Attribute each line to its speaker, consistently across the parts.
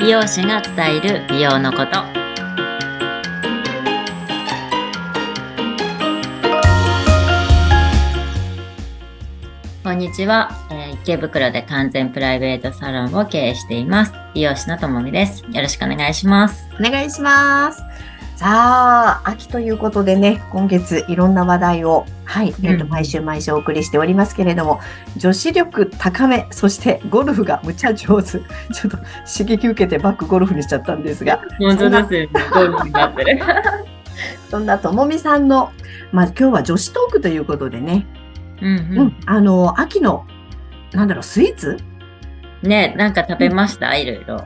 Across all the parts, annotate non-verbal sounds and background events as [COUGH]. Speaker 1: 美容師が伝える美容のことこんにちは、えー池袋で完全プライベートサロンを経営しています美容師のともみですよろしくお願いします
Speaker 2: お願いします。さあ、秋ということでね、今月いろんな話題を、はい、えーと
Speaker 1: うん
Speaker 2: 毎週毎週お送りしておりますけれども、女子力高め、そしてゴルフがむちゃ上手。ちょっと刺激受けてバックゴルフにしちゃったんですが、
Speaker 1: 本
Speaker 2: 当です
Speaker 1: よねゴーになってる
Speaker 2: そんなともみさんの、まあ今日は女子トークということでね、
Speaker 1: うん
Speaker 2: う
Speaker 1: うん
Speaker 2: ん、あの、秋の、なんだろう、スイーツ
Speaker 1: ねなんか食べましたいろいろ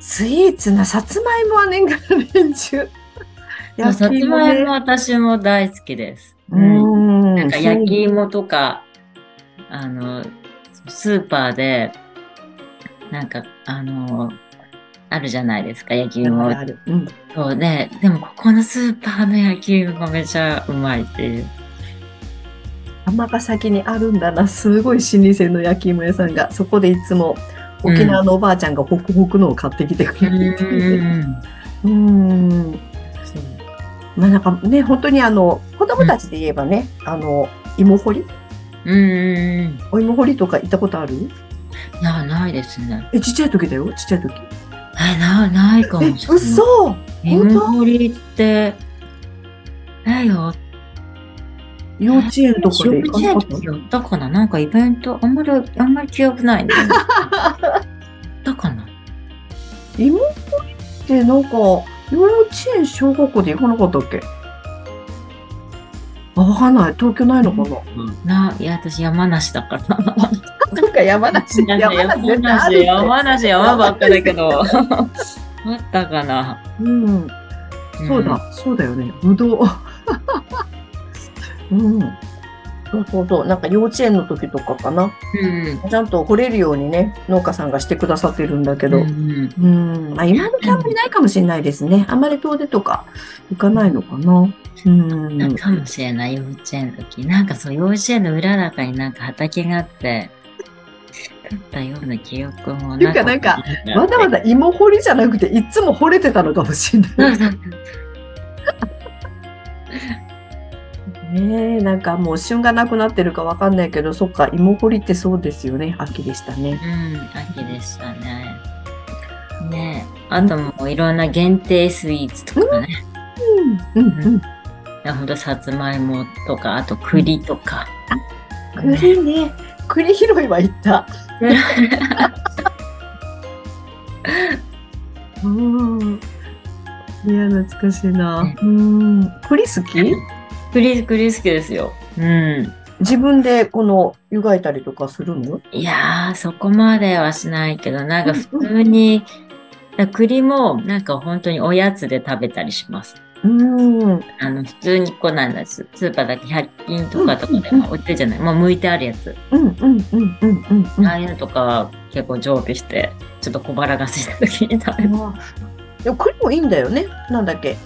Speaker 2: スイーツな、さつまいもは年がら年中。
Speaker 1: そうさつまいも
Speaker 2: ね
Speaker 1: 私も大好きです、
Speaker 2: うー
Speaker 1: なん
Speaker 2: ん
Speaker 1: か焼き芋とか、あの、スーパーで、なんか、あの、あるじゃないですか、焼き
Speaker 2: あ
Speaker 1: 芋
Speaker 2: る。あるうん
Speaker 1: そうね。でも、ここのスーパーの焼き芋がめちゃうまいっていう。
Speaker 2: 尼崎にあるんだなすごい老舗の焼き芋屋さんがそこでいつも沖縄のおばあちゃんがホクホクのを買ってきてくれるっていううん
Speaker 1: そう
Speaker 2: まあなんかね本当にあの子供たちで言えばね、あの芋掘り
Speaker 1: うんうん
Speaker 2: お芋掘りとか行ったことある
Speaker 1: うん。な、ないですね。
Speaker 2: えちっちゃい時だよちっちゃい時
Speaker 1: え、な、ないか
Speaker 2: え
Speaker 1: もしれない。
Speaker 2: 嘘
Speaker 1: 芋掘りって、え、よ、
Speaker 2: 幼稚園とかで
Speaker 1: 幼
Speaker 2: 行
Speaker 1: 稚園の
Speaker 2: かなかった
Speaker 1: 時やったかななんかイベント、あんまり、あんまり記憶ない
Speaker 2: [LAUGHS]
Speaker 1: ね。やったかな
Speaker 2: 芋掘りってなんか幼稚園小学校で行かなかったっけあわかんない東京ないのかな、
Speaker 1: な、いや、私山梨だから。
Speaker 2: そっか山
Speaker 1: [LAUGHS]
Speaker 2: 梨山梨絶対あるって
Speaker 1: 山梨、山ばっかだけど。あったかな。
Speaker 2: うん、そうだ、そうだよね、ぶどう。 [LAUGHS] うん。そうそうそう、なんか幼稚園の時とかかな、
Speaker 1: うん。
Speaker 2: ちゃんと掘れるようにね、農家さんがしてくださってるんだけど。うん
Speaker 1: ん。
Speaker 2: まあ、今の時あんまりないかもしれないですね。あんまり遠出とか行かないのかな。うん。
Speaker 1: なんかもしれない、幼稚園の時。なんかそう、幼稚園の裏中になんか畑があって、作ったような記憶も
Speaker 2: ていうかなんか、まだまだ芋掘りじゃなくて、いつも掘れてたのかもしれ
Speaker 1: そ
Speaker 2: な
Speaker 1: う
Speaker 2: い。
Speaker 1: そうそう
Speaker 2: ねえ、なんかもう旬がなくなってるかわかんないけど、そっか、芋掘りってそうですよね。秋でしたね。
Speaker 1: うん、秋でしたね。ねえあともういろんな限定スイーツとかね。
Speaker 2: うん、うん、うん。
Speaker 1: ほんとさつまいもとか、あと栗とか。ね
Speaker 2: 栗ね、栗拾いは行った。うん。いや、懐かしいな
Speaker 1: ね。
Speaker 2: うん。栗好き
Speaker 1: 栗、栗好きですよ。うん。
Speaker 2: 自分でこの湯がいたりとかするの
Speaker 1: いやー、そこまではしないけど、なんか普通に、だ栗もなんか本当におやつで食べたりします。
Speaker 2: うん。
Speaker 1: あの、普通にこうなんだススーパーだけ100均とかとかでも売ってるじゃない。もう剥いてあるやつ。
Speaker 2: うんうんうんうんうんうん。
Speaker 1: ああいうのとか結構常備して、ちょっと小腹が空いた時に食べる。
Speaker 2: でも栗もいいんだよね。なんだっけ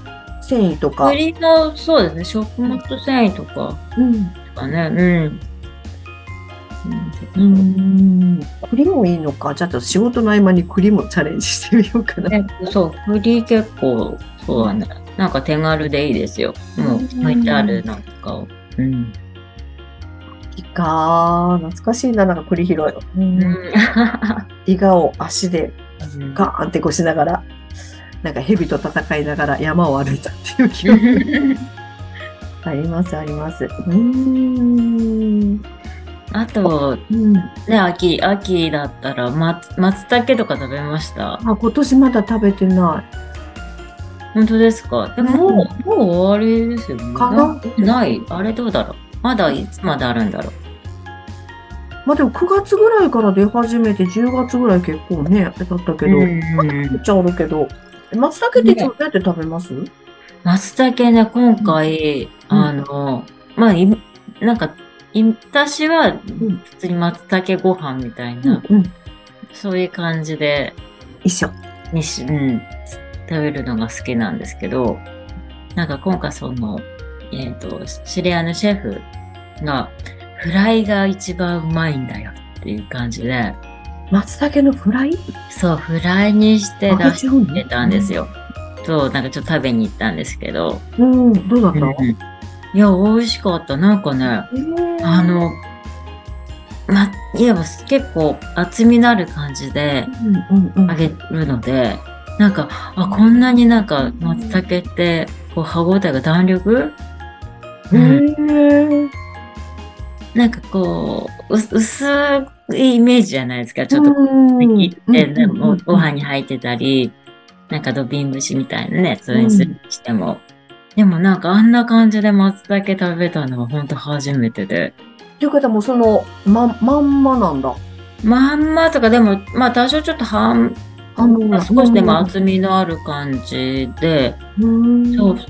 Speaker 2: 繊維とか。
Speaker 1: 栗の、そうですね、食物繊維とか、
Speaker 2: うん。
Speaker 1: とかね、うん。
Speaker 2: う
Speaker 1: うん
Speaker 2: ん。栗もいいのか。じゃあちょっと仕事の合間に栗もチャレンジしてみようかな。
Speaker 1: ねそう、栗結構、そうだね。なんか手軽でいいですよ。もう、
Speaker 2: うん
Speaker 1: 剥いてあるなんかを。うん。
Speaker 2: いいか。懐かしいな。なんか栗拾い。う。
Speaker 1: うんん。
Speaker 2: 伊賀を足でガーンってこしながら、なんか蛇と戦いながら山を歩いたっていう記憶ありますあります。うーん。
Speaker 1: あと、
Speaker 2: うん、あ
Speaker 1: ね、秋、秋だったら、松、松茸とか食べました。
Speaker 2: 今年まだ食べてない。
Speaker 1: 本当ですかでも、もう、もう終わりですよね。
Speaker 2: かな
Speaker 1: ない。あれどうだろう。まだいつまであるんだろう。
Speaker 2: まあでも9月ぐらいから出始めて10月ぐらい結構ね、あれだったけど、めっ
Speaker 1: うん。
Speaker 2: ちゃあるけど、松茸っていつもどうやって食べます、
Speaker 1: 松茸ね、今回、あの、まあ、いなんか、い私は、普通に松茸ご飯みたいな、
Speaker 2: うん、うん。
Speaker 1: そういう感じで、
Speaker 2: 一緒。
Speaker 1: にし、うん、食べるのが好きなんですけど、なんか今回その、えっ、と、知り合いのシェフが、フライが一番うまいんだよっていう感じで、
Speaker 2: 松茸のフライ
Speaker 1: そう、フライにして出し
Speaker 2: あ違うの
Speaker 1: てたんですよ。そう、なんかちょっと食べに行ったんですけど、
Speaker 2: うん、どうだったの、
Speaker 1: うんいや、美味しかった。なんかね、
Speaker 2: えー
Speaker 1: あ、の、ま、いえば結構厚みのある感じで
Speaker 2: うんうんうん、
Speaker 1: 揚げるので、なんか、あ、こんなになんか松茸って、こう歯ごたえが弾力、
Speaker 2: え
Speaker 1: うん
Speaker 2: ー、
Speaker 1: なんかこう、う薄いイメージじゃないですか。ちょっと切
Speaker 2: と
Speaker 1: って、でもご飯に入ってたり、なんか土瓶蒸しみたいなね、それにするにしても。でもなんかあんな感じで松茸食べたのは本当初めてで。
Speaker 2: という方もうそのままんまなんだ。
Speaker 1: まんまとかでも、まあ多少ちょっと半、
Speaker 2: あの
Speaker 1: 少しでも厚みのある感じで、
Speaker 2: うん
Speaker 1: そうそう。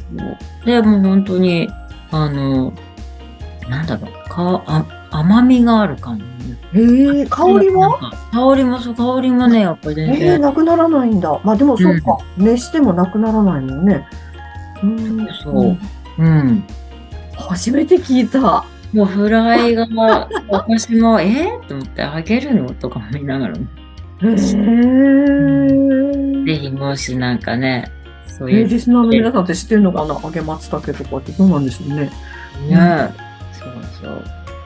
Speaker 1: で、もう本当に、あの、なんだろう、かあ甘みがある感じ。
Speaker 2: へえ香り
Speaker 1: なん
Speaker 2: は
Speaker 1: か香りもそう、香りもね、やっぱり全
Speaker 2: えー、
Speaker 1: 然。
Speaker 2: なくならないんだ。まあでもそっか、熱してもなくならないもんね。うん
Speaker 1: そううん。
Speaker 2: 初めて聞いた。
Speaker 1: もうフライが、私も、えー、と思って、あげるのとか思いながら、ぜ
Speaker 2: へえー。
Speaker 1: ひもしなんかね、そうい
Speaker 2: え
Speaker 1: う、ね、
Speaker 2: リスナーの皆さんって知ってるのかな揚げ松茸とかってどうなんでしょうね。
Speaker 1: そうそう。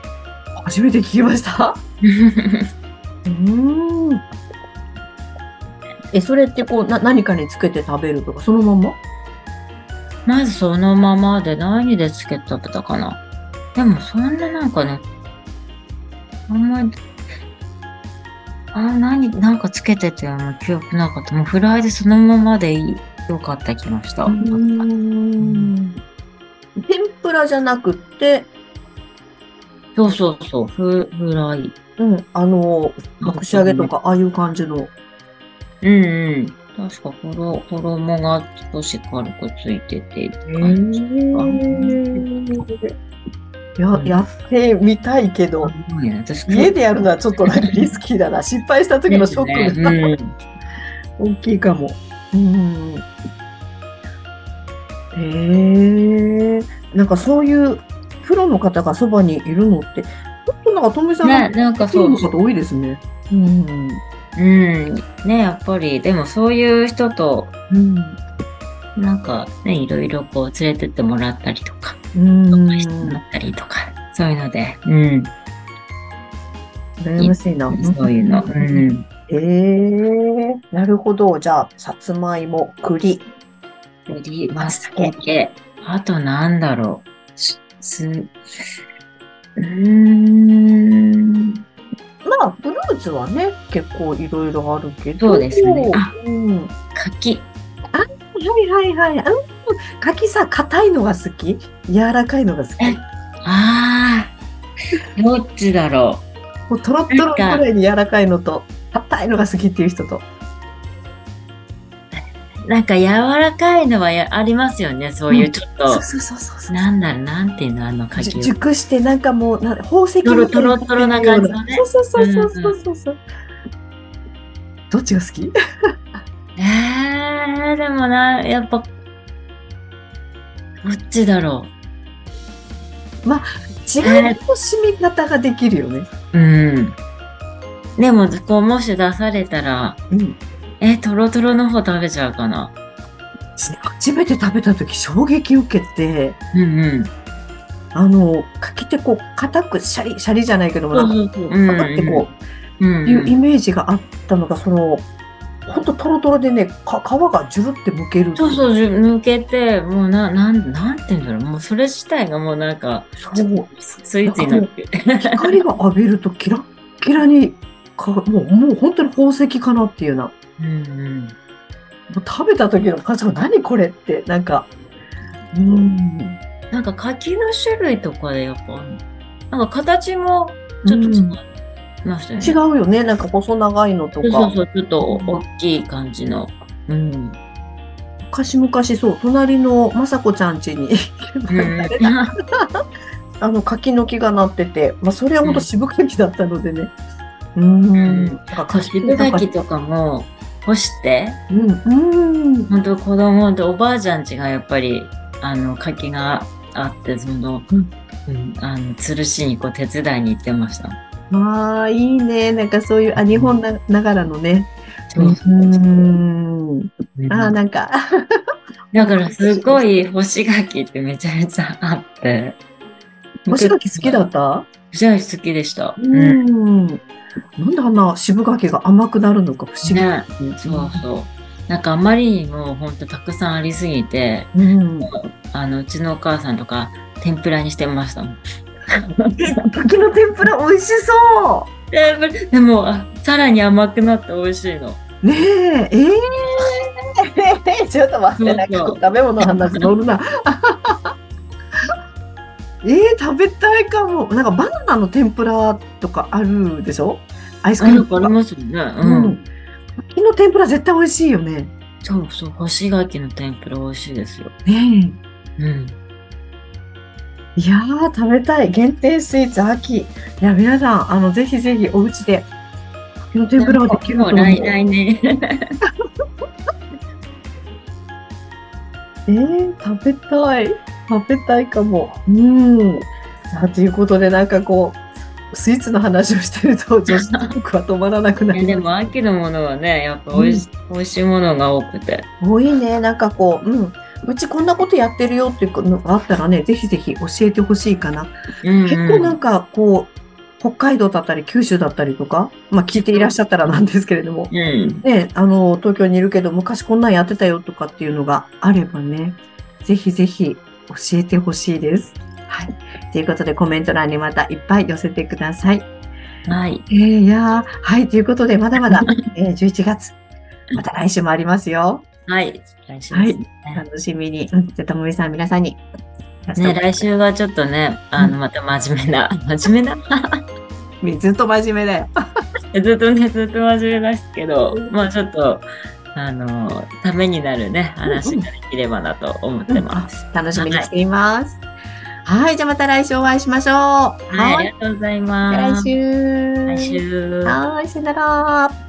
Speaker 1: [LAUGHS]
Speaker 2: 初めて聞きました。うん。え、それってこう、な、何かにつけて食べるとか、そのまんま
Speaker 1: まずそのままで何でつけて食べたかな。でもそんななんかね、あんまり、あ、何、なんかつけてても記憶なかった。もうフライでそのままでいいよかった気がした。
Speaker 2: 天ぷらじゃなくって、
Speaker 1: そうそうそう、フフライ。
Speaker 2: うん、あの、串揚げと。か、ああいう感じの。
Speaker 1: うんうん。確か衣衣が少し軽くついててって感じ。
Speaker 2: や、やってみたいけど、
Speaker 1: すごいね私
Speaker 2: 家でやるのはちょっとなんかリスキーだな。失敗した時のショックが
Speaker 1: ねうん
Speaker 2: 大きいかも。うん。へえ。なんかそういうプロの方がそばにいるのって、ちょっとなんかとめさん
Speaker 1: ね、
Speaker 2: が
Speaker 1: なんか
Speaker 2: プ
Speaker 1: そ
Speaker 2: ロ
Speaker 1: う
Speaker 2: の、方多いですね。うん。
Speaker 1: うん。ね、やっぱり、でもそういう人と、
Speaker 2: うん。
Speaker 1: なんかね、いろいろこう連れてってもらったりとか、
Speaker 2: うん。
Speaker 1: してもらったりとか、そういうので、うん。
Speaker 2: 羨ましいな。
Speaker 1: そういうの。うん。
Speaker 2: ええー、なるほど。じゃあ、さつまいも、栗。
Speaker 1: 売りますけど。あとなんだろう。す、す、うーん。
Speaker 2: まあ、フルーツはね、結構いろいろあるけど。
Speaker 1: そうですねあ
Speaker 2: うん。は
Speaker 1: 柿。
Speaker 2: いはいはい。うん。柿さ、硬いのが好き柔らかいのが好き
Speaker 1: えああ。どっちだろ
Speaker 2: もうトロットロくらいに柔らかいのと、硬いのが好きっていう人と。
Speaker 1: う。なんか柔らかいのはやありますよね。そういうちょっと、
Speaker 2: そうそうそうそうそう。
Speaker 1: なんだろう、なんていうの、あの
Speaker 2: じ
Speaker 1: 柿
Speaker 2: ゅ。熟してなんかもうな宝石みたいに
Speaker 1: トロトロトロな感じのね
Speaker 2: そうそうそうそうそうそうそう、どっちが好き
Speaker 1: えー、でもな、やっぱ、どっちだろ
Speaker 2: 違う楽しみ方ができるよね。
Speaker 1: う。うん。でも、こう、もし出されたら、
Speaker 2: うん、
Speaker 1: え、トロトロの方食べちゃうかな。
Speaker 2: 初めて食べた時衝撃受けて
Speaker 1: うんうん。
Speaker 2: あの柿ってこう硬くシャリシャリじゃないけどもなんか
Speaker 1: うそう
Speaker 2: 硬くてこ
Speaker 1: う
Speaker 2: うんいううイメージがあったのがそのほんとトロトロでねか皮がジュルってむける
Speaker 1: そうそう、じゅ抜けて、もうな、なん、なんて言うんだろう。もうそれ自体がもうなんか、
Speaker 2: そう
Speaker 1: ススイーツになってる。
Speaker 2: 光が浴びるとキラッキラにかもうもう本当に宝石かなっていうような
Speaker 1: うん
Speaker 2: もう食べた時の感想が何これってなんかうん
Speaker 1: うん。なんか柿の種類とかでやっぱ、なんか形もちょっと違いましたよね。
Speaker 2: 違うよねなんか細長いのとか。
Speaker 1: そうそうそう、ちょっと大きい感じの。うん。
Speaker 2: 昔々そう隣の雅子ちゃん家に [LAUGHS] あの柿の木がなってて、まあ、それは本当渋柿だったのでねうん
Speaker 1: ん
Speaker 2: なんか
Speaker 1: そう、渋柿とかも干して、
Speaker 2: うんうん
Speaker 1: 本当子供とおばあちゃん家がやっぱり、あの、柿があって、その
Speaker 2: うん、
Speaker 1: うん、あの、吊るしにこう手伝いに行ってました。
Speaker 2: ああ、いいね。なんかそういう、あ、日本なながらのね。ん。ああ、なんか、
Speaker 1: だからすごい干し柿ってめちゃめちゃあって。
Speaker 2: 干し柿好きだった
Speaker 1: じゃあ好きでした。
Speaker 2: う。ん。なんであんな渋柿が甘くなるのか不思議。
Speaker 1: ね、そうそう。なんかあまりにも本当たくさんありすぎて、
Speaker 2: うん。
Speaker 1: あのうちのお母さんとか天ぷらにしてましたもん。
Speaker 2: [LAUGHS] 柿の天ぷら美味しそ
Speaker 1: 天ぷらでもあさらに甘くなって美味しいの。
Speaker 2: う。ねえ、ええちょっと待って、なんかこう食べ物の話乗るな。 [LAUGHS] えー、食べたいかも。なんかバナナの天ぷらとかあるでしょアイスク
Speaker 1: あ
Speaker 2: リ
Speaker 1: なん
Speaker 2: ーム
Speaker 1: か
Speaker 2: と
Speaker 1: あり
Speaker 2: か。
Speaker 1: ますよね。う。
Speaker 2: うんん。柿の天ぷら絶対美味しいよね。
Speaker 1: そうそう、干し柿の天ぷら美味しいですよ。
Speaker 2: ねえ。
Speaker 1: うん。
Speaker 2: いやー、食べたい。限定スイーツ秋。いや、皆さん、あの、ぜひぜひお家で、柿の天ぷらができると
Speaker 1: も
Speaker 2: 思
Speaker 1: う
Speaker 2: う。
Speaker 1: 来来ね。
Speaker 2: [LAUGHS] えー、食べたい。食べたいかも。うん。さあ、ということで、なんかこう、スイーツの話をして
Speaker 1: [LAUGHS]
Speaker 2: ると、女子力は止まらなくないり
Speaker 1: や
Speaker 2: ます
Speaker 1: でも秋のものはね、やっぱ美味し,、美味しいものが多くて。
Speaker 2: 多いね。なんかこう、うん。うちこんなことやってるよっていうのがあったらね、ぜひぜひ教えてほしいかな。
Speaker 1: うん
Speaker 2: 結構なんかこう、北海道だったり九州だったりとか、まあ聞いていらっしゃったらなんですけれども、
Speaker 1: うん。
Speaker 2: ね、あの、東京にいるけど昔こんなんやってたよとかっていうのがあればね、ぜひぜひ教えてほしいです。はい。ということでコメント欄にまたいっぱい寄せてください。
Speaker 1: はい。
Speaker 2: えー、いやーはい。ということでまだ
Speaker 1: [LAUGHS]
Speaker 2: まだ、えー11月、また来週もありますよ。
Speaker 1: はい。来週ですね。
Speaker 2: 楽しみに。うん。じゃあ、ともみさん、皆さんに。
Speaker 1: ね、来週はちょっとね、あの、また真面目な、 [LAUGHS] 真面目な
Speaker 2: ずっと真面目だよ。
Speaker 1: ずっとね、ずっと真面目ですけど、まあちょっと、あの、ためになるね、話ができればなと思ってます。
Speaker 2: [LAUGHS] 楽しみにしています。はい。じゃあ、また来週お会いしましょう。
Speaker 1: はい、あ
Speaker 2: い。
Speaker 1: りがとうござい
Speaker 2: また
Speaker 1: ます。
Speaker 2: 来週。
Speaker 1: 来週。
Speaker 2: はい。さよなら。